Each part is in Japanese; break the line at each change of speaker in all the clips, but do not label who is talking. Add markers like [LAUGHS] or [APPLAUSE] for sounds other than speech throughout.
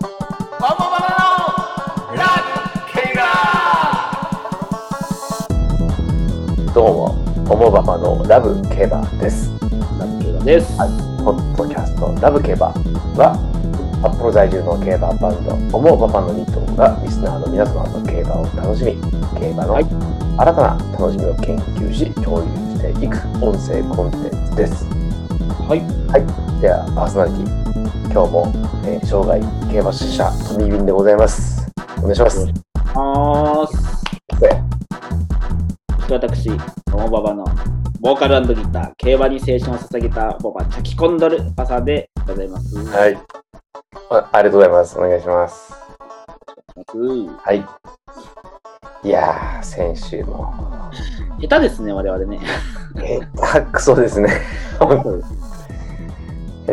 バンバンバナナのラッケンガ
どうも、オモバマのラブケバです。
ラッキーです。
ポッドキャストラブケバは、札幌在住の競馬バンド、オモバマの2頭がリスナーの皆様と競馬を楽しみ、競馬の
はい
新たな楽しみを研究し、共有していく音声コンテンツです。
はい。
では、パーソナリティ、今日も、えー生涯競馬主者、トミー・ビンでございます。お願いします。
あ
せ
ー私、トモババのボーカルギター、競馬に青春を捧げたボバチャキコンドルパサでございます。。
はいいあ。ありがとうございます。お願いします。はい。いやー、先週も。
下手ですね、我々ね。
下手くそですね。 [LAUGHS] 下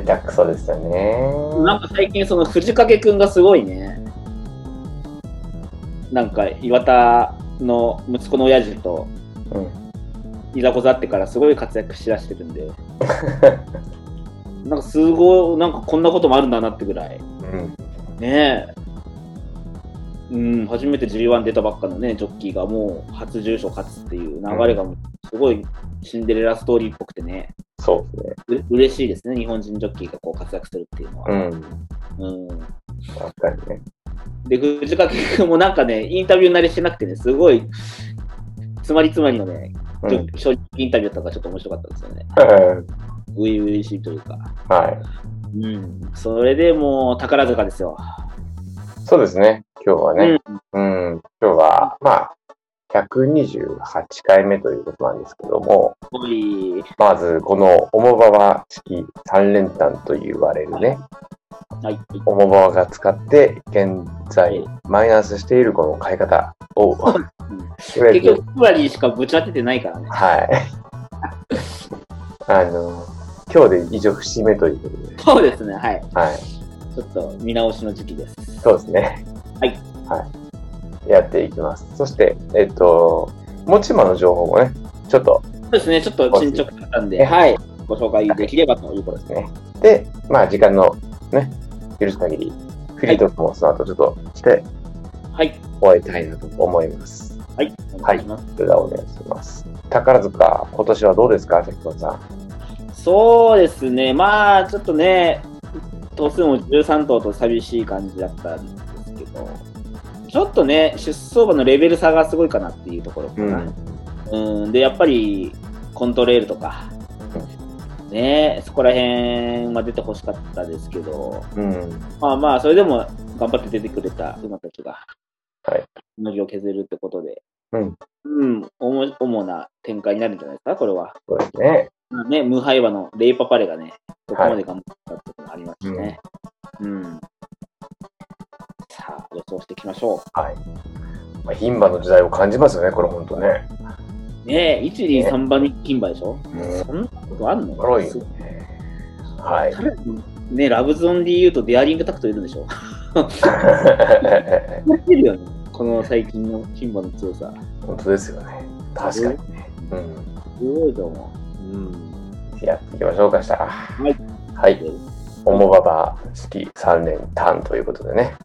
手くそですよ
な
ね。
んか最近、その藤掛くんがすごいね。なんか、岩田の息子の親父と
うん、
いざこざってからすごい活躍しだしてるんで。 [LAUGHS] なんかすごい、なんかこんなこともあるんだなってぐらい。
うん、
ねえ。うん、初めて G1 出たばっかのね、ジョッキーがもう初重賞勝つっていう流れがもうすごいシンデレラストーリーっぽくてね、
そうですね。
う嬉しいですね、日本人ジョッキーがこう活躍するっていうのは。
うん、
うん
確かにね。
で、藤掛君もなんかね、インタビュー慣れしてなくてね、すごい、つまりつまりのね、
う
ジ
ん
ョ、正直インタビューとかちょっと面白かったですよね。初々しいというか。
[LAUGHS] はい。
うん、それでもう宝塚ですよ。
そうですね。今日はね、
うん
うん、今日は、まあ、128回目ということなんですけども、
すごい、
まず、この、オモババ式三連単と言われるね、
はい、
オモババが使って、現在、マイナスしているこの買い方を、 [LAUGHS] とりあえ
結
ず
局、つまりしかぶち当ててないからね。
はい。あの、今日で一応節目ということで。
そうですね、はい。
はい。
ちょっと見直しの時期です。
そうですね。
はい。
はい。やっていきます。そして、えっと、持ち馬の情報もね、ちょっと
そうですね、ちょっと進捗だったん
え
で、はい。ご紹介できればということです。
ね。で、まあ、時間のね、許す限り、フリートークもその後ちょっとして
はい。
終わりたいなと思います。
はい。お願いします。
それではお願いします。宝塚、今年はどうですか、関君さん。
そうですね、まあ、ちょっとね、頭数も13頭と寂しい感じだったんですけど、ちょっとね、出走馬のレベル差がすごいかなっていうところかな。うん、で、やっぱり、コントレールとか、ね、そこら辺は出てほしかったですけど、
うん。
まあまあ、それでも頑張って出てくれた馬たちが、
はい。
のりを削るってことで、
うん。
うん、おも主な展開になるんじゃないですか、これは。
そうですね。
まあね、無敗馬のレイパパレがね、そこまで頑張ったってこともありますしね。うん。さあ、予想していきましょ
はい。まあ、牝馬の時代を感じますよね、これ本当ね。
う。ねえ、1、2、3番に金馬でしょ、
うん
そんなことあんの
おもろいよ
す
ね。はい。
彼らもね、ラブゾンで言うとデアリングタクトいるんでしょやってるよね。この最近の金馬の強さ。
[LAUGHS] 本当ですよね。確かにね。うん。
すごいと思。
うん、やっていきましょうかしたら。はいはい。オモババ式3連単ということでね、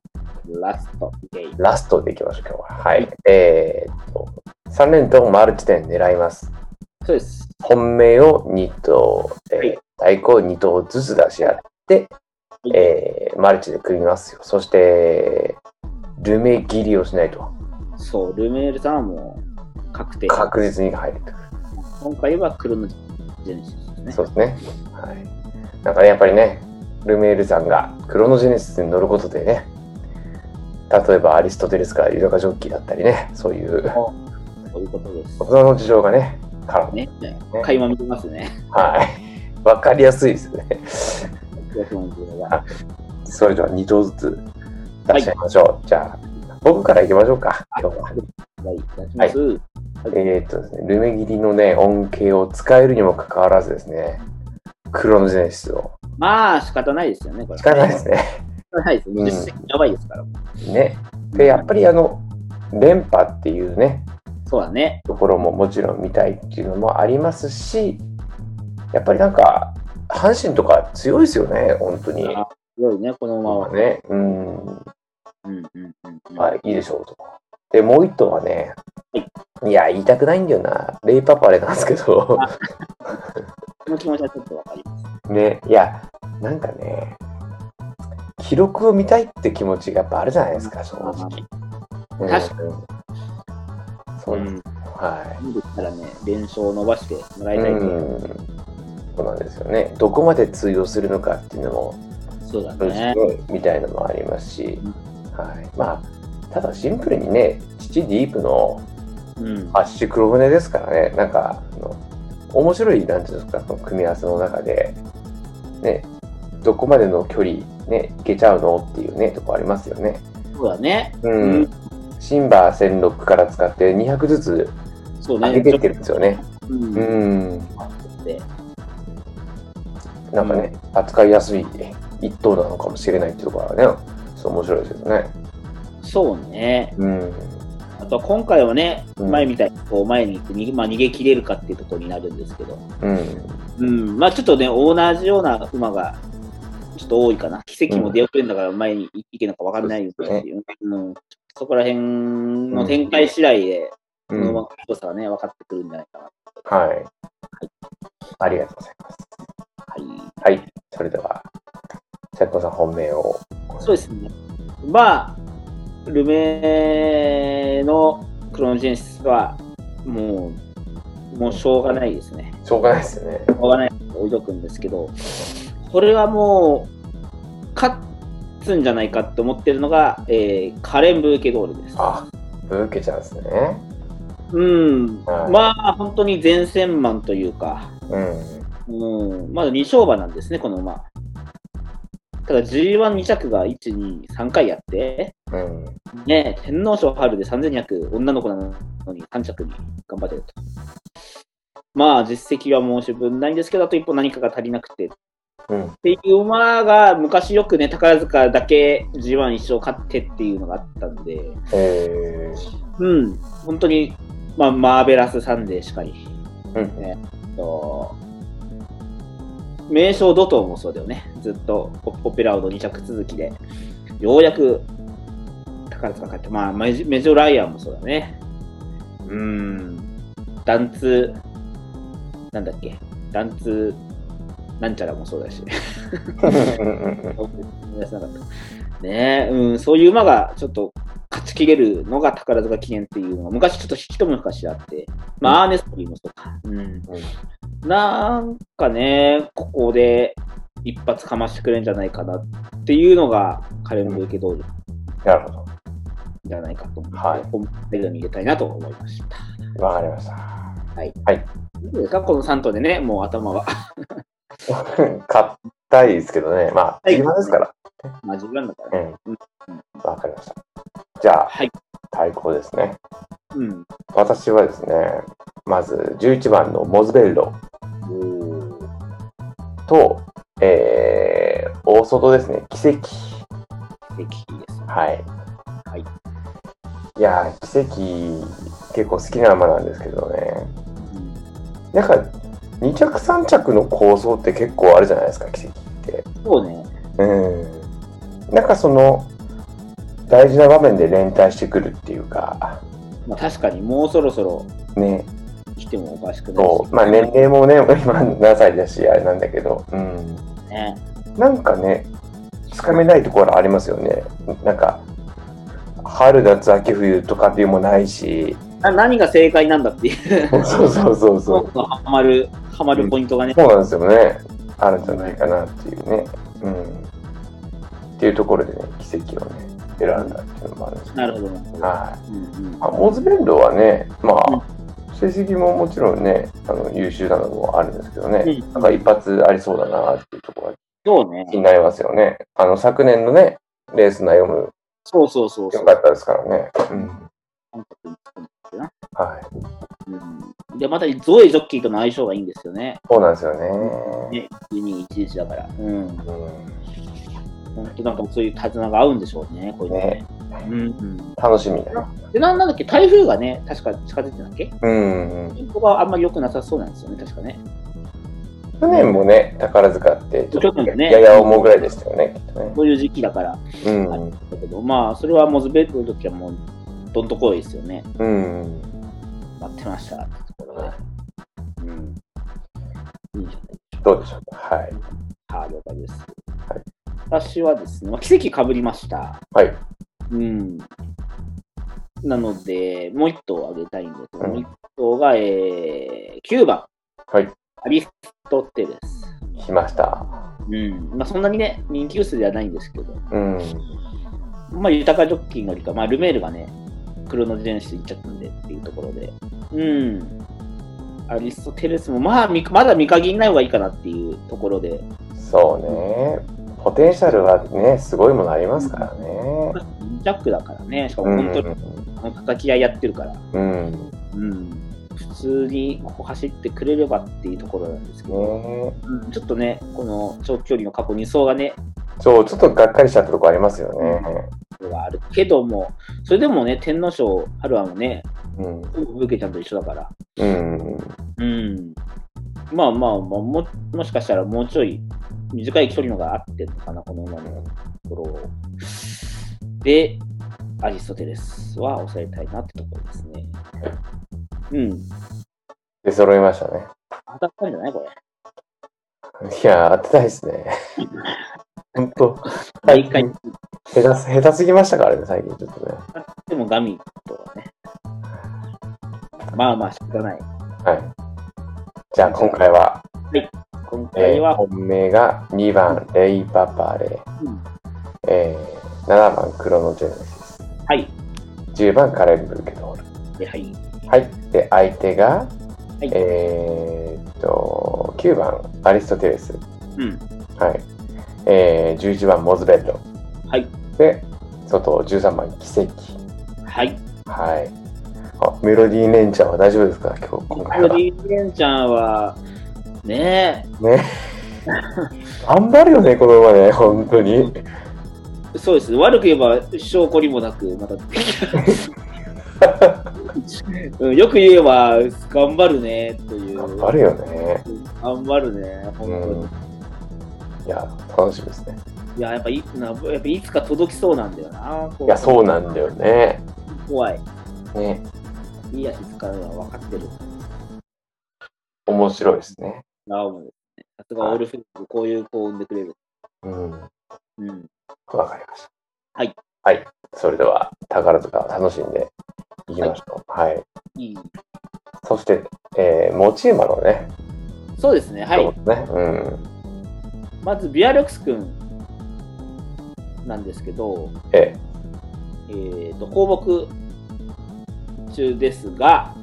う。ラスト、ゲイ。
ラストでいきましょう、今日は。はい。えー、っと、3連単をマルチ点狙います。
そうです。
本命を2頭、えー、対抗2頭ずつ出し合って、
はい
えーマルチで組みますよ。そして、ルメ切りをしないと
そう、ルメールさんはもう確定。
確実に入ると。
今回は黒のジェネシスですね。
そうですね。はい。なんかね、やっぱりね、ルメールさんがクロノジェネシスに乗ることでね、例えばアリストテレスからユダカジョッキーだったりね、そういう
そういうことです
大。人の事情がね、絡む。
ね、垣間見てますね。 [LAUGHS]
はい。わかりやすいですね。
は
それでは2頭ずつ出しちゃいましょう。じゃあ、僕から行きましょうか、今日は。
い、いただきます。
えーっとですね、ルメギリのね、恩恵を使えるにもかかわらずですね、クロノジェネシスを
まあ、仕方ないですよね、これ。
使えないです
ね。
ね。
仕方ないです。
うん
実績やばいですから。
ね。で、やっぱりあの、連覇っていうね、
そうだね。
ところももちろん見たいっていうのもありますし、やっぱりなんか、阪神とか強いですよね、本当に。
あ強いね、このままは。
ね。うん。
うんうんうんうん。
はい、いいでしょうと。で、もう一頭はね、いや、言いたくないんだよな。レイパパレなんですけど、
この気持ちはちょっとわかります。
ね、いや、なんかね、記録を見たいって気持ちがやっぱあるじゃないですか、正直。うん
確
そうなんです、
ん。
は
見るからね、連勝を伸ばしてもら
い。
いたい
う
と、
ん。そうなんですよね。どこまで通用するのかっていうのも、
そうだ
正
ね。
直みたいなのもありますし、
うん
はい。まあ、ただシンプルにね、父ディープの
うん。
アッシュ黒船ですからね、なんか、あの面白い、なんていうんですか、その組み合わせの中で、ね、どこまでの距離、ね、いけちゃうのっていうね、とこありますよね。
そうだね。
う。
うん
シンバー1006から使って200ずつ
そうね。
上げていってるんですよね。
うん。
う
で
ん。なんかね、扱いやすい一等なのかもしれないっていうところはね、そう面白いですよね。
そうね。
うん。
あとは今回はね、
うん
前みたいにこう前に行って逃げ,、まあ、逃げ切れるかっていうところになるんですけど、
うん。
うん、まあちょっとね、同じような馬がちょっと多いかな。奇跡も出遅れんだから前に行けるのか分かんないですけど、うん、そこら辺の展開次第で、こ
う
の
ん、
馬
は
の強さはね、分かってくるんじゃないかな。
い。ありがとうございます。
はい。
はい。それでは、千子さん本命を。
そうですね。まあ、ルメのクロノジェネシスは、もう、もうしょうがないですね。
しょうがないですよね。
しょうがない置いとくんですけど、これはもう、勝つんじゃないかって思ってるのが、えーカレン・ブーケドールです。
あ、ブーケちゃんですね。
うん、
はい
まあ、本当に前線マンというか、
うん。
うん、まだ2勝馬なんですね、この馬。ただ G12 着が1、2、3回やって、
うん。
ね、天皇賞春で3200、女の子なのに3着に頑張ってると。まあ、実績は申し分ないんですけど、あと一歩何かが足りなくてっ
うん。
ていう馬が、昔よくね、宝塚だけ G1 一勝勝ってっていうのがあったんで、
え
うん、本当に、まあ、マーベラスサンデーしかり、
ー。うん。
あと名称ドトーもそうだよね、ずっとポポペラウド2着続きで、ようやく宝塚勝って、まあ、メジメジョライアンもそうだね。うーん、ダンツ、なんだっけ、ダンツ、なんちゃらもそうだし、
うんうんうん
思い出せなかったねえ、うん、そういう馬がちょっと勝ちきれるのが宝塚記念っていうのが、昔ちょっと一昔あって、まあ、アーネストリーもそうか。うんなんかね、ここで一発かましてくれんじゃないかなっていうのが、彼の受け通り
なるほ
じゃないかと思って、
はい
本命に入れたいなと思いました。
ど。わかりました。
どうですかこの3頭でね、もう頭は
硬いですけどね。まあ、
はい
今ですから。
真面目なんだから
う
ね。
ん。わかりました。じゃあ、
はい
対抗ですね。
うん。
私はですね、まず11番のモズベッロと、えー、大外ですね、奇跡。
素敵ですね。
はい。
はい。
いやー、奇跡、結構好きな馬なんですけどね。なんか、2着3着の構想って結構あるじゃないですか、奇跡って。
そうね。
うん。なんかその、大事な場面で連帯してくるっていうか、
まあ、確かにもうそろそろ
ね、
来てもおかしくないし
そう、まあ年齢もね、今7歳だし、あれなんだけど、うん。
ね。
なんかね、つかめないところありますよね。なんか、春、夏、秋、冬とかっていうのもないし、 [LAUGHS]
な何が正解なんだっていう、
そうそうそうそ
そう
う。
はまる、はまるポイントがね。
そうなんですよね。あるんじゃないかなっていうね。うん。っていうところでね、奇跡をね、選んだっていうのもあるんですけ
なるほどなるほど。
はい。
うんうん
あモズベンドはね、まあ、成績ももちろんね、あの優秀なのもあるんですけどね、
うん
なんか一発ありそうだなっていうところが
そうね
気。になりますよね。あの、昨年のね、レース悩む
そうそうそうそ
よ
う
か。ったですからね。うん。はい。
うん、で、またゾエジョッキーとの相性がいいんですよね。
そうなんですよね。
ね、1211だから。うん。
うん、
本当なんかそういう手綱が合うんでしょうね、こういうのね。うん、
楽しみだな。
うん。で、なんなんだっけ、台風がね、確か近づいてたっけ
うんうん。
ここがあんまり良くなさそうなんですよね、確かね。
去年もね、宝塚って、ちょっと
去年もね
やや思うぐらいでしたよね、きっとね。
こういう時期だから、
うん
あれだけど、まあ、それはもうズベックの時はもう、どんとこいですよね。
うん。
待ってましたってところで。うん。いいんじゃない
どうでしょうか。はい。
か、了解です。
はい
私はですね、まあ、奇跡かぶりました。
はい。
うん。なので、もう一頭あげたいんですけど、
うん
もう一頭が、えー、9番、
はい。
アリストテレス。
来ました。
うん。まあ、そんなにね、人気薄ではないんですけど、
うん。
まあ、豊かジョッキーよりか、まあ、ルメールがね、クロノジェネシス行っちゃったんでっていうところで、うん。アリストテレスも、まあ、みまだ見限らない方がいいかなっていうところで、
そうね。ポテンシャルはね、すごいものありますからね。
ジャックだからね、しか
う
も本当に
ん。
この叩き合いやってるから、
うん。
うん。普通にここ走ってくれればっていうところなんですけど、
ね
うんちょっとね、この長距離の過去2走がね、
そう、ちょっとがっかりしちゃったとこありますよね。
があるけども、それでもね、天皇賞、春はもね、
うん。
ブーケちゃんと一緒だから、
うん。
うん。まあまあ、まあ、ももしかしたらもうちょい短い距離のがあってんのかな、この馬のところを。で、アリストテレスは抑えたいなってところですね。うん。
で、揃いましたね。
当たったんじゃないこれ。
いやー、当てたいですね。本当。
毎回、
下手す、下手すぎましたからね、最近ちょっとね。
でもガミとかね。まあまあ、仕方ない。
はい。じゃあ、今回は、
今
え
回
ー
は、
本命が2番、レイ・パパレ、
うん
えー、7番、クロノジェネシス、
はい。
10番、カレン・ブルケドール。
で、はい。
はい。で、相手が、
はい
えーっと、9番、アリストテレス。
うん。
はい。えー、11番、モズベッド。
はい。
で、外、13番、奇跡。
はい。
はい。あ、メロディー・レンちゃんは大丈夫ですか今日、今
こ
回は。
れ、リーレンちゃんは、ね
ね。頑張るよね、この馬ね、本当に。
え、そうです。悪く言えば、証拠りもな
[LAUGHS]
く、また、うん、よく言えば、頑張るね、という。
頑張るよね。
頑張るね、本当
う
に。
ん。いや、楽しみですね。
いや、やっぱいな、やっぱいつか届きそうなんだよな。こ
いや、そうなんだよね。
怖い。
ね。
いい足使うのは分かってる。
面白いですね。
なおもですね。さすがオールフィールド、こういう子を産んでくれる。
うん。
うん。
わかりました。
はい。
はい。それでは、宝塚を楽しんでいきましょう。はい。
いい。
そして、えー、持ち馬のね、
そうですね。はい
と。こですね。うん。
まず、ビアルクス君なんですけど、
え
えっ、と、放牧中ですが、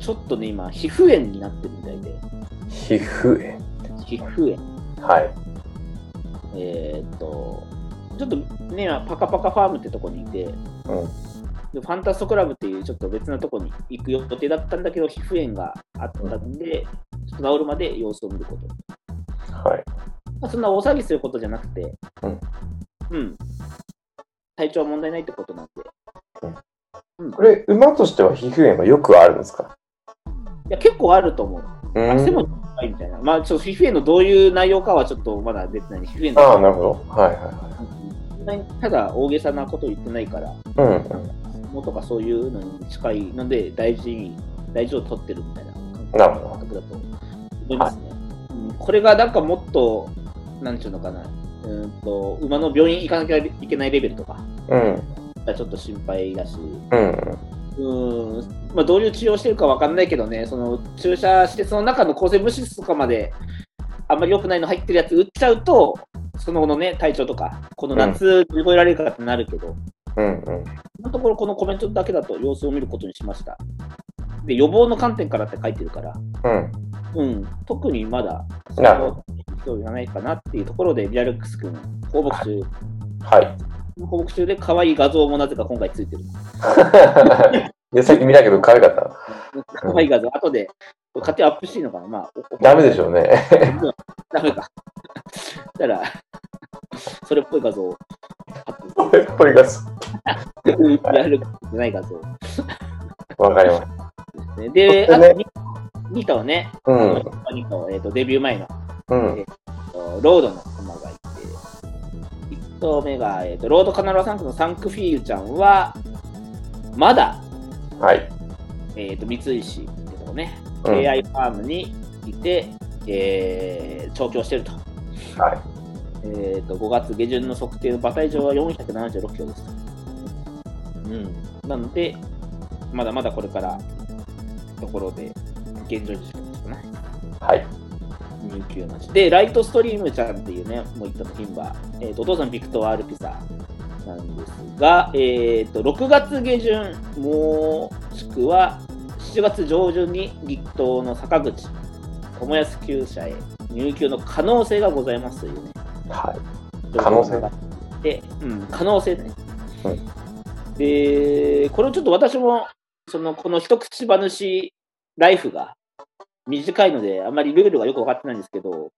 ちょっとね、今、皮膚炎になってるみたいで、
ー、皮膚炎。
皮膚炎。
はい。
えっ、と、ちょっとね、今パカパカファームってとこにいて、
うん。
でファンタストクラブっていうちょっと別なとこに行く予定だったんだけど、皮膚炎があったんで、ちょっと治るまで様子を見ること。
はい。
まあ、そんな大騒ぎすることじゃなくて、
うん。
うん。体調は問題ないってことなんで。
これ、馬としては皮膚炎はよくあるんですか
いや、結構あると思う。
うん。
汗もいっぱいみたいな。まあ、ちょっと皮膚炎のどういう内容かはちょっとまだ出てない。皮膚炎
ああ、
の
なるほど。はいは
ただ大げさなこと言ってないから、
いはい。うん。
もとかそういうのに近いので、大事に、大事を取ってるみたいな感覚
なるほ
だと思いますね。うんこれがなんかもっと、なんちゅうのかな、うーんと馬の病院行かなきゃいけないレベルとか、
うん。
ちょっと心配だし、
うん。
うんまあ、どういう治療してるかわかんないけどね、その注射して、その中の抗生物質とかまで、あんまり良くないの入ってるやつ打っちゃうと、その後のね、体調とか、この夏乗り越えられるかってなるけど、こ
うん。うん。
のところこのコメントだけだと様子を見ることにしました。で、予防の観点からって書いてるから、
うん。
うん、特にまだ、そ
なるほ
の人じゃないかなっていうところで、ビアルックス君、放牧中、
はい。 [LAUGHS]
放牧中で可愛い画像もなぜか今回ついてる。
で、さっき見たけど、可愛かった。
可愛い画像、後で、これ勝手にアップしていいのかな、まあ、お
ダメでしょうね。 [LAUGHS]
ダメか。したら、それっぽい画像を貼って
これこれがそう、
やるじゃない画像
わかりまし
ですね。で、
そ
あ
して
とに、ニカはね、
う
あ
ん、う
のニカは、えー、とデビュー前の、
ん、
えーとロードの駒がいて、1頭目が、えー、とロードカナロア3区のサンクフィールちゃんは、まだ、
はい。
えー、と三石ってとこね、
うん
AI ファームにいて、えー調教してると。
はい。
えー、と5月下旬の測定の馬体上は476キロですと。うん、なので、まだまだこれからところで、現状維持してますかね。
はい。
人気なし。で、ライトストリームちゃんっていうね、もう言ったの牝馬、えーとお父さんビクトア・アルピサなんですが、えー、と6月下旬、もしくは7月上旬に立東の坂口、友安厩舎へ入厩の可能性がございますというね。
はい。可能性
で、うん、可能性ね。
う
で、これをちょっと私も、その、この一口馬主ライフが短いので、あんまりルールがよく分かってないんですけど、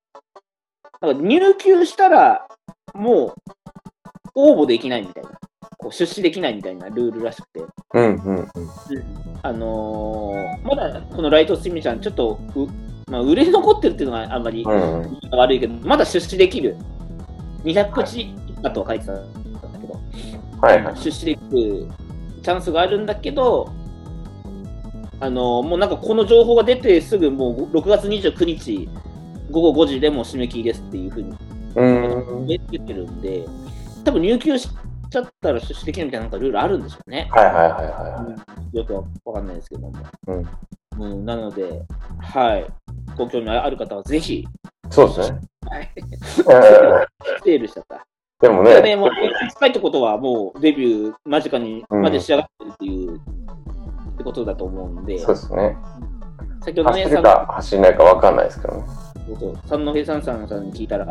なんか入球したら、もう、応募できないみたいな、こう出資できないみたいなルールらしくて、
うん、うん、うん。
あのーまだこのライトスイミちゃん、ちょっとう、まあ、売れ残ってるっていうのがあんまり
うん、うん。
悪いけど、まだ出資できる。200口だとは書いてたんだけど、
はい、はい。
出資できるチャンスがあるんだけど、あのもうなんかこの情報が出てすぐもう6月29日午後5時でもう締め切りですっていうふうに
うん。
出てるんで、多分入給しちゃったら出資できるみたいななんかルールあるんでしょうね。
はい、はい、はい、は
よくわかんないですけども。
うん
うんなので、はい。ご興味ある方はぜひ、
い。そうですね。
はい、
うん
セールしちゃった。
でも
ただ
ね
ね、、もう、近いってことは、もう、デビュー間近にまで仕上がってるっていう、ってことだと思うんで、
そうですね。
先ほどね、
走
さ
る
ん
か走らないかわかんないですけどね。
そう三戸さんさんさんに聞いたら、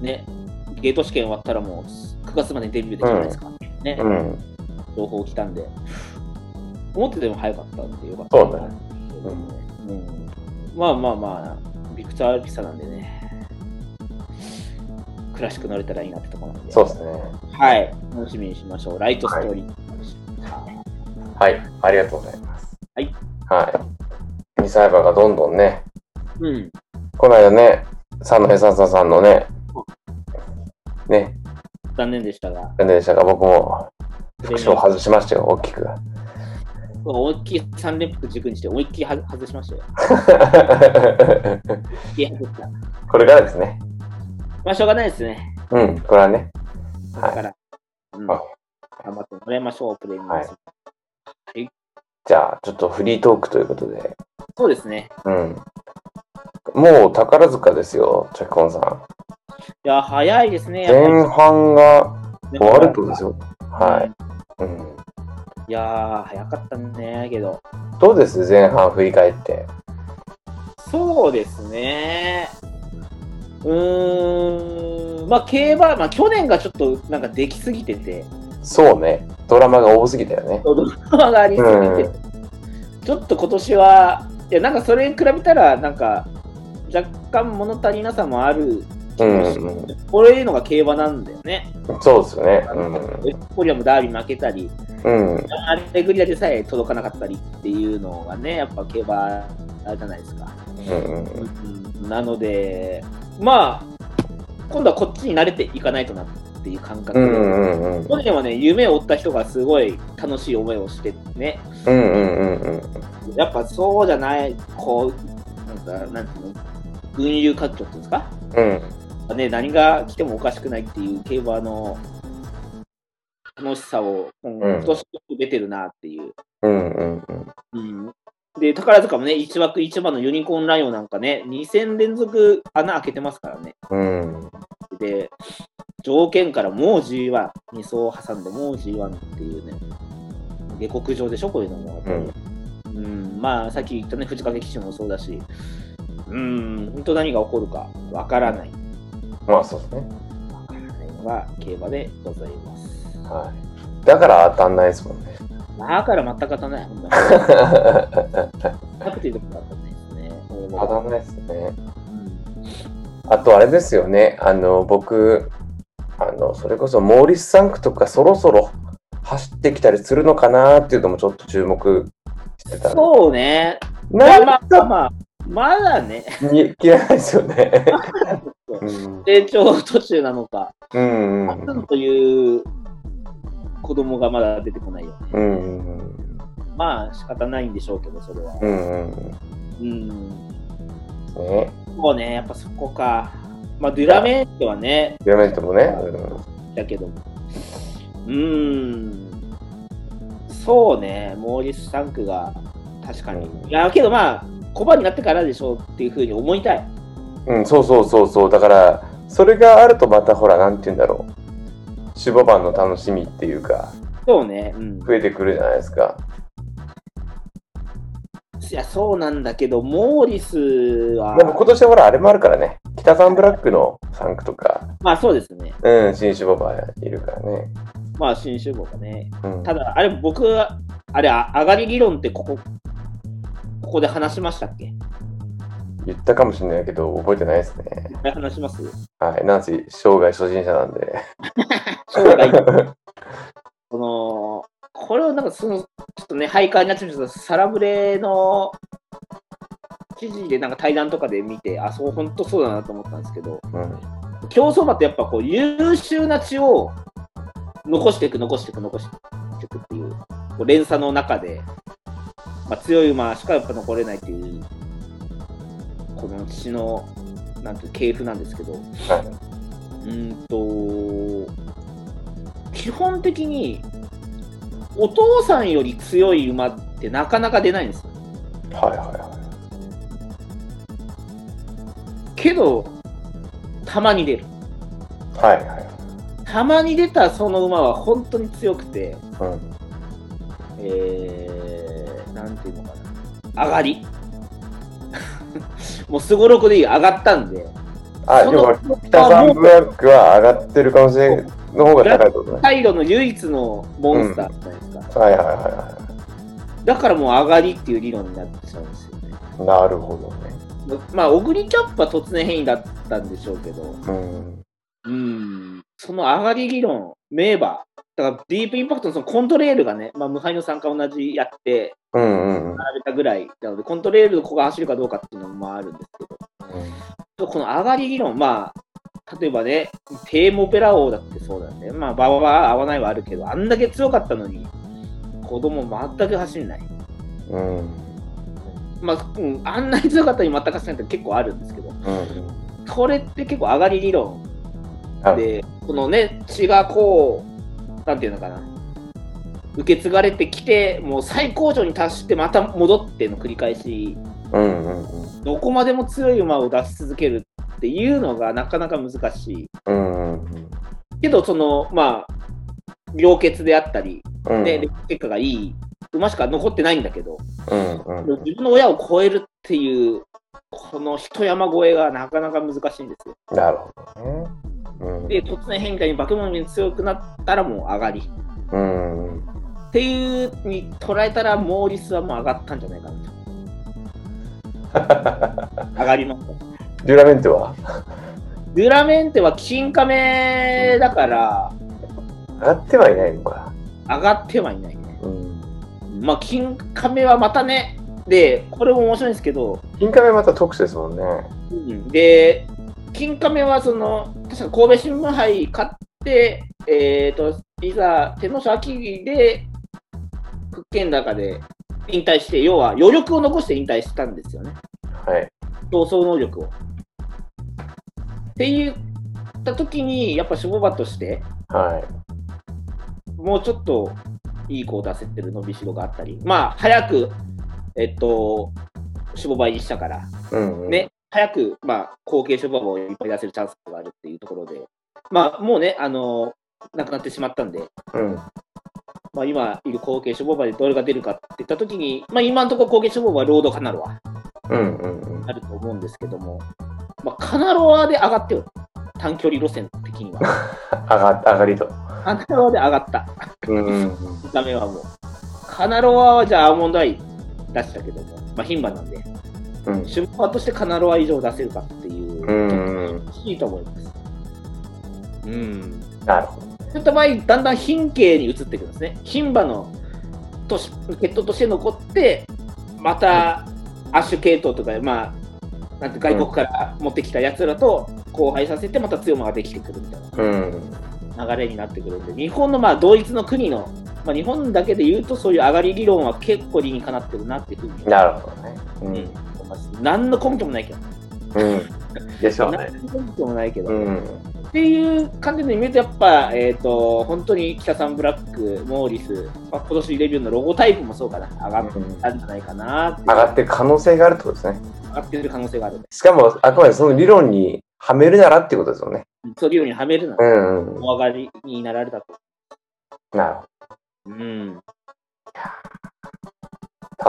ね、ゲート試験終わったらもう、9月までデビューできるじゃないですか、ね、
うん。
情報来たんで、思ってても早かったんで、よかった。
そうだね。
うん。まあまあまあ、ビクター・アルピサなんでね、クラシック乗れたらいいなってところなんで、
そうですね。
はい、楽しみにしましょう。ライトストーリー。はい
はい、ありがとうございます。
はい。
はい。ミサイバーがどんどんね、
うん。
この間ね、三戸ササさんのね、ね、
残念でしたが、
何でしたか、僕も副賞外しましたよ、大きく。 [LAUGHS]
思いっきり3連複軸にして、思いっきりは外しましたよ。いや、外した。
これからですね。
まあ、しょうがないですね。
うん、これはね。
だ
はい
から、うん、
はい
頑張ってもらいましょう、プレミアム、
はいじゃあ、ちょっとフリートークということで。
そうですね。
うん。もう宝塚ですよ、チャキコンさん。
いや、早いですね。やっぱり
前半が
ね
終わるってことですよ。はい。うん。
いやー、早かったね、けど。
どうです前半振り返って。
そうですね。うーん、まあ、競馬、まあ、去年がちょっと、なんか、できすぎてて、
そうね。ドラマが多すぎたよね。
ド [LAUGHS] ラマがありすぎて、
うん
ちょっと今年は、いや、なんかそれに比べたら、なんか、若干物足りなさもある気もし
うんう
これいうのが競馬なんだよね。
そうですよね。
エフフォリアもダービー負けたり、
うん。うん。
アレグリアでさえ届かなかったりっていうのがね、やっぱ競馬じゃないですか。
うんうん。
うんなので、まあ、今度はこっちに慣れていかないとなっていう感覚
う
で。
んうんうん。
去年はね、夢を追った人がすごい楽しい思いをしてね、
うんうんうんうん。
やっぱそうじゃない、こう、なんか、なんていうの、群雄割拠っていうんですか、
うん。
ね、何が来てもおかしくないっていう競馬の楽しさを、うん、
うん
今年よく出てるなっていう。
うんうんうん。
うんで、宝塚もね、1枠1番のユニコーンライオンなんかね、2戦連続穴開けてますからね。
うん。
で、条件からもう G1、2走を挟んでもう G1 っていうね、下克上でしょ、こういうのも。やっぱりうん、まあ、さっき言ったね、藤掛騎手もそうだし、うん、本当何が起こるかわからない。
まあそうですね。
わからないのが競馬でございます。
はい。だから当たんないですもんね。
だから全く当たんない、ほんまに。 [LAUGHS]
当た
なくていいとこ当たんないですね。
んないですね。
うん
あとあれですよね。あの、僕、あの、それこそモーリス・サンクとかそろそろ走ってきたりするのかなっていうのもちょっと注目してたんで
そうね、ま
な
あ
ん
ま
か
あまあまあ、まだね、
に嫌いですよね。うん
成長途中なのか、
うん
パッツンという子供がまだ出てこないよね。
うん
まあ仕方ないんでしょうけど、それは。
うんうん
うん。
ね
そうね、やっぱそこか。まあ、デュラメンテはね、
デュラメントもね、う
だけど。うーん。そうね、モーリス・サンクが確かに。
うん
いや、けどまあ、コバになってからでしょうっていうふうに思いたい。
んうん、そうそうそうそうだからそれがあるとまたほらなんて言うんだろう守護番の楽しみっていうか
そうね、うん。
増えてくるじゃないですか
いや、そうなんだけど、モーリスは
で、も今年はほらあれもあるからね北サンブラックの3区とか、
まあそうですね。
うん、新守護番いるからね、
まあ、新種目がね。
うん、
ただ、あれ、僕、あれ、あ上がり理論ってここ、ここで話しましたっけ
言ったかもしれないけど覚えてないですね
これ話します
はいなんせ生涯初心者なんで
将来 [LAUGHS] その、これをなんかその、ちょっとね、徘徊になっちゃうんですけど、サラブレの記事でなんか対談とかで見て、あ、そう、本当そうだなと思ったんですけど、
うん
競走馬ってやっぱこう、優秀な血を残していく、残していく、残していくっていう、こう連鎖の中で、まあ、強い馬しかやっぱ残れないっていう、この血の、なんていう系譜なんですけど、
は
うーんと、基本的にお父さんより強い馬ってなかなか出ないんですよ。
い、はいはいは
けど、たまに出る。
いはいはい
たまに出たその馬は本当に強くて、
うん
えー、なんていうのかな、上がり。 [LAUGHS] もうすごろくでいい、上がったんで、
あ、要
その
は北サンブラックは上がってる可能性の方が高いってことね。
サイドの唯一のモンスターじゃないですか。
はいはいは
だからもう上がりっていう理論になってしまうんですよね。
いはい。なるほどね。
まあ、オグリキャップは突然変異だったんでしょうけど、
うん。
うん、その上がり理論、名馬、だからディープインパクトのそのコントレールがね、まあ、無敗の参加同じやって、
うんうんうん。
並べたぐらいなので、コントレールの子が走るかどうかっていうのもあるんですけど、この上がり理論、まあ、例えばね、テーモペラ王だってそうだよね、まあ、馬場は合わないはあるけど、あんだけ強かったのに、子供全く走れない。
うん。
まあ、うん、あんなに強かったのに全く走れないって結構あるんですけど、
うん。
これって結構上がり理論
ある
で、このね、血がこう、なんていうのかな、受け継がれてきて、もう最高潮に達して、また戻っての繰り返し、
うんうんうん。
どこまでも強い馬を出し続けるっていうのがなかなか難しい。
うんうん
けど、その、まあ、良血であったり、
うん。
ね、結果がいい馬しか残ってないんだけど、
うんうんうん。
自分の親を超えるっていう、この一山越えがなかなか難しいんですよ。
なるほどね。
で、突然変化に化け物に強くなったらもう上がり。
うん。うん。
っていうに捉えたら、モーリスはもう上がったんじゃないかなと。 [LAUGHS] 上がりました。
デュラメントは
デュラメンテは金亀だから、
上がってはいないのか。
上がってはいないね。
うん。
まあ、金亀はまたね、で、これも面白いんですけど、
金亀また特殊ですもんね。
うんで、金亀はその、確か神戸新聞杯勝って、えっ、と、いざ、手の先で、福建高で引退して、要は余力を残して引退したんですよね。
はい。
競争能力を。って言った時に、やっぱ守護馬として、
は
もうちょっといい子を出せてる伸びしろがあったり、まあ、早く、えっと、守護馬入りしたから、
い。うんうん。
ね、早く、まあ、後継守護馬をいっぱい出せるチャンスがあるっていうところで、まあ、もうね、あの、亡くなってしまったんで、
うん。
まあ、今いる後継守護馬でどれが出るかって言った時に、まあ、今のところ後継守護馬はロードカナロア
うんうんうん。
あると思うんですけども、まあ、カナロアで上がってよ、短距離路線的に [LAUGHS] は。
上が上がりと。
カナロアで上がった、
うんうん
ダメはもう。カナロアはじゃあアーモンドアイ出したけども、まあ、牝馬なんで、
うん。
出馬としてカナロア以上出せるかっていう、
うんうん
いいと思います。うん。
なるほど。
そういった場合、だんだん牝系に移っていくんですね。牝馬のとし血統として残って、またアッシュ系統とか、まあ、なんて外国から持ってきたやつらと交配させて、また強馬ができてくるみたいな。
うん。
流れになってくるんで、日本のまあ同一の国の、まあ、日本だけで言うと、そういう上がり理論は結構理にかなってるなっていうふうに
なるほどね。
思います。何の根拠もないけど、
うん。うん。でしょうね。
何の根拠もないけど、
うん。
っていう観点で見ると、やっぱ、えっ、と、本当に北さんブラック、モーリス、まあ、今年レビューのロゴタイプもそうかな、上がったんじゃないかなっていう、
上がってる可能性があるってことですね。
上がってる可能性があるね。
しかも、あくまでその理論にはめるならってことですよね。
そういうようにはめるな
う
ら、
ん、うん。
お上がりになられたと。
なるほ
うん。
ど。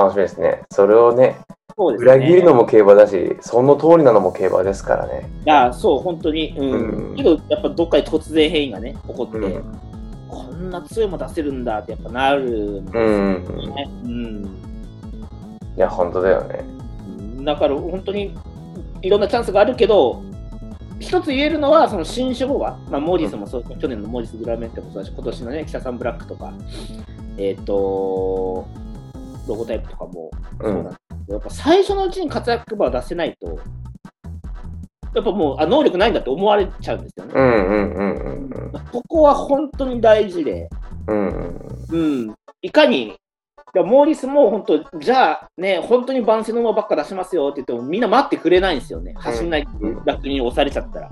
楽しみですね。それをね、
そうですね。
裏切るのも競馬だし、その通りなのも競馬ですからね。
いや、そう、本当に。うん。
うん
けど、やっぱどっかで突然変異がね、起こって、
うん。
こんな強いも出せるんだってやっぱなるんです
う
よ
ん。い
ね。うん。
や、本当だよね。
だから、本当にいろんなチャンスがあるけど、一つ言えるのは、その新種馬、まあ、モーリスもそう、去年のモーリス・グラメンテもそうだし、今年のね、北さんブラックとか、えっ、と、ロゴタイプとかも
う
そうなん
ん
で。すけどやっぱ最初のうちに活躍馬を出せないと、やっぱもう、あ、能力ないんだって思われちゃうんですよね。
うんうんうんうん
ここは本当に大事で、
うん。うん
うん、いかに、いやモーリスも本当、じゃあね、本当に番宣の馬ばっか出しますよって言っても、みんな待ってくれないんですよね、走んない
うん
楽に押されちゃったら。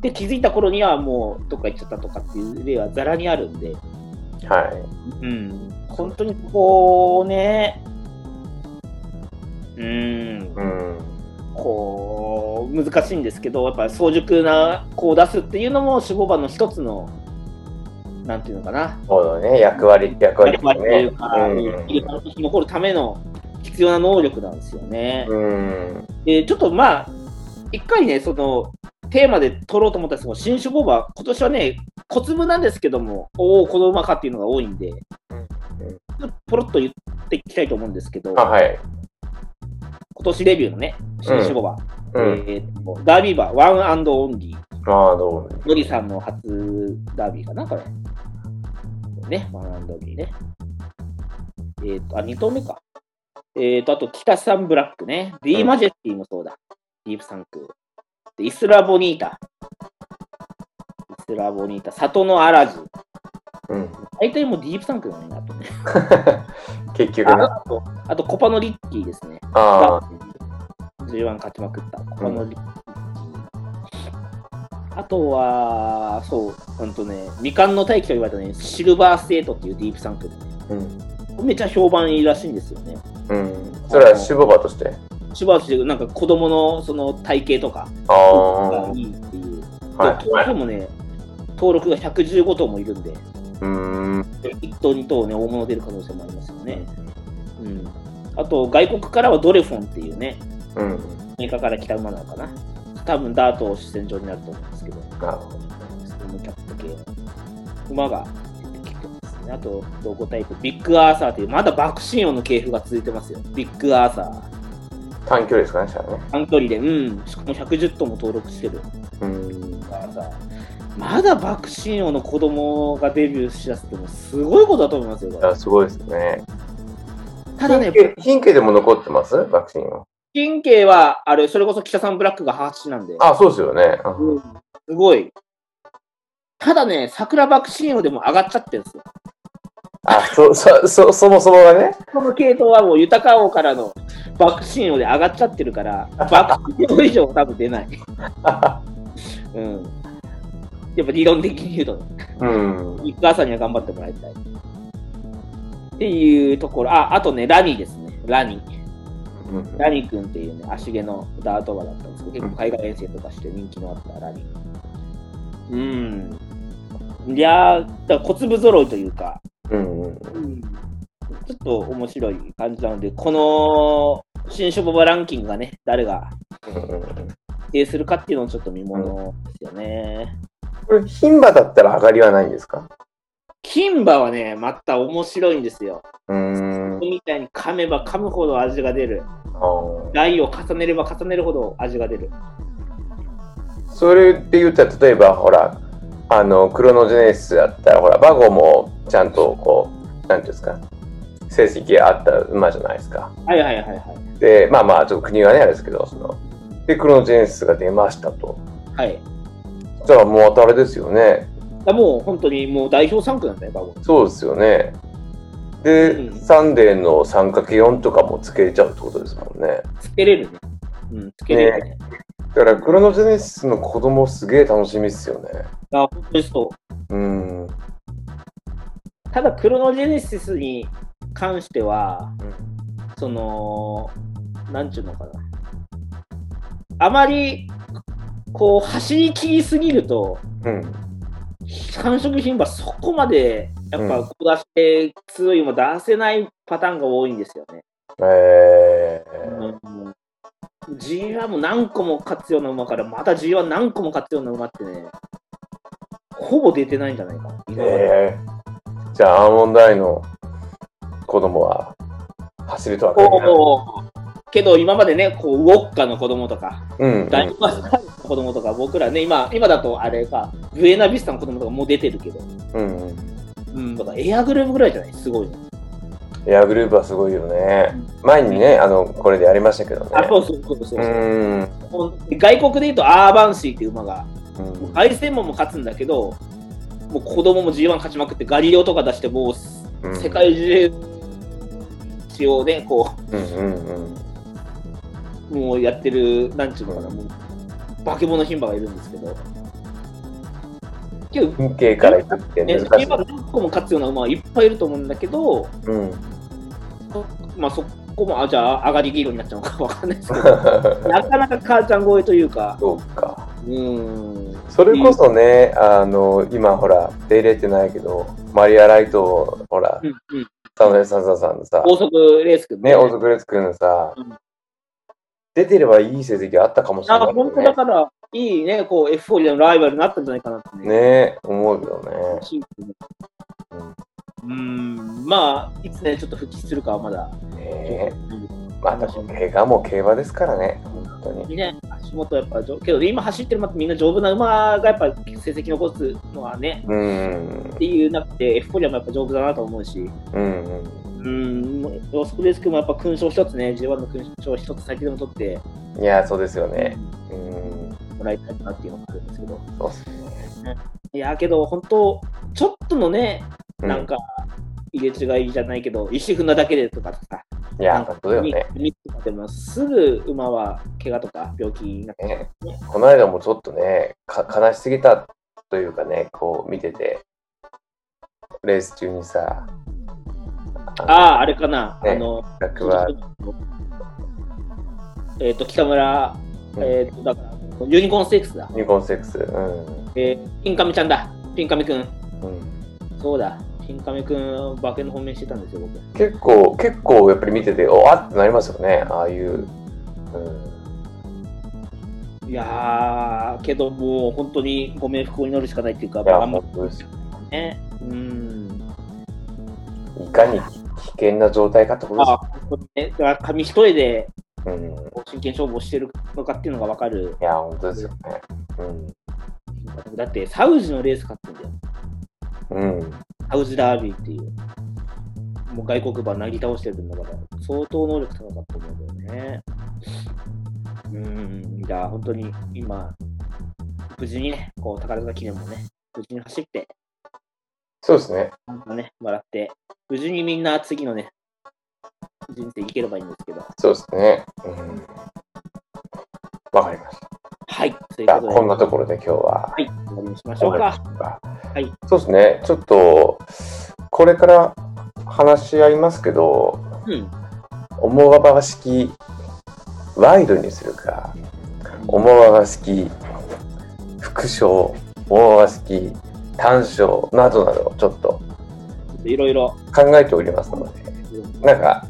で、気づいた頃にはもう、どっか行っちゃったとかっていう例はざらにあるんで、
はい。
うん、本当にこうね、うん、
うん。
こう難しいんですけどやっぱ早熟な子を出すっていうのも脂肪馬の一つのなんていうのかな
そうだね。役割って役割
役
だ
割とい
ね
うか、
うん
生き生き残るための必要な能力なんですよね。
うん。
でちょっとまあ一回ねそのテーマで取ろうと思ったんですけど新種ボーバー今年はね小粒なんですけどもおおこの馬かっていうのが多いんで、ポロッと言っていきたいと思うんですけど
あ、
今
はい。
年デビューのね新種ボーバー、
うん。
えーとダービーバーワンオンリー
まあ、どうも
のりさんの初ダービーかな、これ。ね、ワンアンドリーね。えっ、と、あ、2投目か。えっ、と、あと、北サンブラックね。ディーマジェスティもそうだ。ディープサンク。で、イスラボニータ。イスラボニータ。里のアラジ。
うん。 [LAUGHS]
大体もうディープサンクだね、あとね。
結局な。
ああと、あとコパのリッキーですね。
ああ。
G1 勝ちまくった。コパのリッキー。あとは、そう、ほんとね、未完の大器と言われたね、シルバーステートっていうディープサンク。
うん。
めっちゃ評判いいらしいんですよね。
うん。それはシュボバとして。
しばらくしてなんか子供のその体型とか
ああ。
が
はい
いっていう。で
い。
登録もね、登録が115頭もいるんで、
うーん。
1頭、2頭ね、大物出る可能性もありますよね。うん。あと、外国からはドレフォンっていうね、
うん。
メーカーから来た馬なのかな。多分ダート主戦場になると思うんですけど、
なるほど。
ストームキャット系の馬が出てきてますね。あと、同行タイプ、ビッグアーサーっていう、まだ爆心音の系譜が続いてますよ。ビッグアーサー。
短距離ですかね、したらね。
短距離で、うん、しかも110トンも登録してる
うん。
からさ、まだ爆心王の子供がデビューしだすって、もうすごいことだと思いますよ、これ
あすごいですね。
ただね、
貧血でも残ってますワクチンは。
神経は、あれ、それこそ北さんブラックが母父なんで、
あ、そうですよね。
うん、すごい。ただね、桜爆心王でも上がっちゃってるんですよ。
あ、そ、そ、そ、 [LAUGHS] そもそもがね。
この系統はもう豊王からの爆心王で上がっちゃってるから、爆心王以上多分出ない。うん。やっぱ理論的に言うとね。
うん。
ビッグアーサーには頑張ってもらいたい。っていうところ、あ、あとね、ラニーですね。ラニー。
うん
ラニー君っていうね、足毛のダート馬だったんですけど、結構海外遠征とかして人気のあったラニー。うん。いやー、だから小粒揃いというか、
うん。うん
ちょっと面白い感じなので、この新種ボバランキングがね、誰が制するかっていうのをちょっと見ものですよね。
これ、牝馬だったら上がりはないんですか
金馬はね、また面白いんですよ。
うーん。
みたいに噛めば噛むほど味が出る。
あー
台を重ねれば重ねるほど味が出る。
それで言ったら、例えば、ほら、あの、クロノジェネシスだったら、ほら、バゴもちゃんと、こう、なんていうんですか、成績あった馬じゃないですか。
はいはいはいはい。
で、まあまあ、ちょっと国はね、あれですけど、その、で、クロノジェネシスが出ましたと。
はい。
じゃあもうあとあれですよね。
だもう本当にもう代表3区なんだよ、バゴン。
そうですよね。で、
うん
サンデーの 3×4 とかもつけちゃうってことですもんね。
つけれるね。うん、つけれるね。
だから、クロノジェネシスの子供すげえ楽しみっすよね。
あ本当にそう。
うん。
ただ、クロノジェネシスに関しては、その、なんちゅうのかな。あまり、こう、走り切りすぎると、
うん。
繁殖牝馬、そこまで、やっ
う
ぱ、
ん
ここ出して、強いも出せないパターンが多いんですよね。
えー、
うん、G1 も何個も勝つような馬から、また G1 何個も勝つような馬ってね、ほぼ出てないんじゃないかな。今まで
えー、じゃあ、アーモンドアイの子供は走るとは限らない。
こうけど今までね、こうウォッカの子供とか、
うん、う
ダイ
ん。
バーサーの子供とか、僕らね、今今だとあれか、ブエナビスタの子供とかもう出てるけど、
うんうん。
うん、だからエアグループぐらいじゃない、すごいの。
エアグループはすごいよね。前にね、あの、これでやりましたけどね。
あ、そうそうそうそう
うーん。
もう外国で言うとアーバンシーっていう馬が、
うん
凱旋門も勝つんだけど、もう子供も G1 勝ちまくって、ガリレオとか出して、もう
うん
世界中、一応ね、こ
うんうんうん。
う、もうやってる、なんちゅうのかな、もう、化け物牝馬がいるんですけど。けど
風景から行くって
ね、
難しい。
今何個も勝つような馬はいっぱいいると思うんだけど、
うん。
まあ、そこもあじゃあ上がり黄色になっちゃうのかわかんないですけど、なかなか母ちゃん超えというか、
そうか。
うーん、
それこそね、あの、今ほら、出入れてないけど、マリア・ライト、ほら
う、んうん、
サムエル・サンザさんのさ、
高速レースくん
ね、オーズ・グレツ君のさ
うん、
出てればいい成績あったかもしれ
なん
な
か
いも
本
ん
当
ね
だ。から、いいね、こう F4 でのライバルになったんじゃないかなってね。
ね、思うよ
シンプルにうーん、まあ、いつね、ちょっと復帰するかはまだ。
ね。ねまた、怪我も競馬ですからね、本当に。
ね、足元やっぱ上、けどね今走ってる馬ってみんな丈夫な馬がやっぱ成績残すのはね、
うん
っ。ていうなくて、エフフォリアもやっぱ丈夫だなと思うし、
うんうん。
うん、ロスクレスクもやっぱ勲章一つね、G1 の勲章一つ先でも取って
いやー、そうですよね。うん。
もらいたいなっていうのがあるんですけど、
そうっすね。
いやーけど、本当、ちょっとのね、
う
なん、か、入れ違いじゃないけど、石踏んだだけでとかさ、
いや
な
ー、
んか
本当だよね。
ミスとかでも、すぐ馬は怪我とか病気になって、
ねこの間もちょっとね、か悲しすぎたというかね、こう見てて、レース中にさ、
ああー、あれかな、
ね
あの、
楽は、
えっ、と、北村、
うん
えっ、と、だから、ユニコーンステークスだ、
ニコンセックス、うん。
えーピンカメちゃんだ、ピンカメくん。
うん、
そうだ、金亀くん、馬券の本命してたんですよ、僕。
結構、結構やっぱり見てて、おわってなりますよね、ああいう。うん、
いやー、けどもう本当にご冥福を祈るしかないっていうか、
いや、
頑張っ
本当ですよ。
てね。うん。
いかに危険な状態かってこと
ま
です
あ、
よ。
本当にね、だから紙一重で
うん、い
真剣勝負をしてるのかっていうのが分かる。
や、本当ですよね。うん。
だって、サウジのレース勝ってんだよ。
うん。
サウジダービーっていう。もう外国馬なぎ倒してるんだから、相当能力高かったと思うんだよね。うん、いや、本当に今、無事にね、こう、宝塚記念もね、無事に走って、
そうですね。
なんかね、もらって、無事にみんな次のね、人生いければいいんですけど。
そうですね。うん。わかりました。
はい、という
じゃあ、
ことで、
こんなところで今日は
は。い、終わりにしましょうか。はい
そうですね。ちょっと、これから話し合いますけど、
うん。
思わば式ワイドにするか、思わば式副賞、思わば式短所などなど、ちょっと
いろいろ。
考えておりますので、なんか、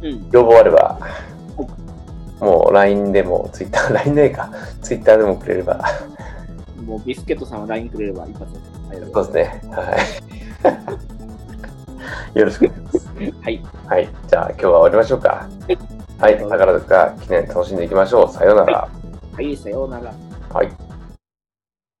うん。
要望あれば、もう LINE でも、Twitter、LINE [LAUGHS] でいいか、Twitter でもくれれば、
もうビスケットさんは LINE くれれば一発で。はい
そうですね。はい。よ [LAUGHS] ろしく。
はい。
はい。じゃあ今日は終わりましょうか。はい。宝塚記念楽しんでいきましょう。さようなら。
はい、さようなら。
はい。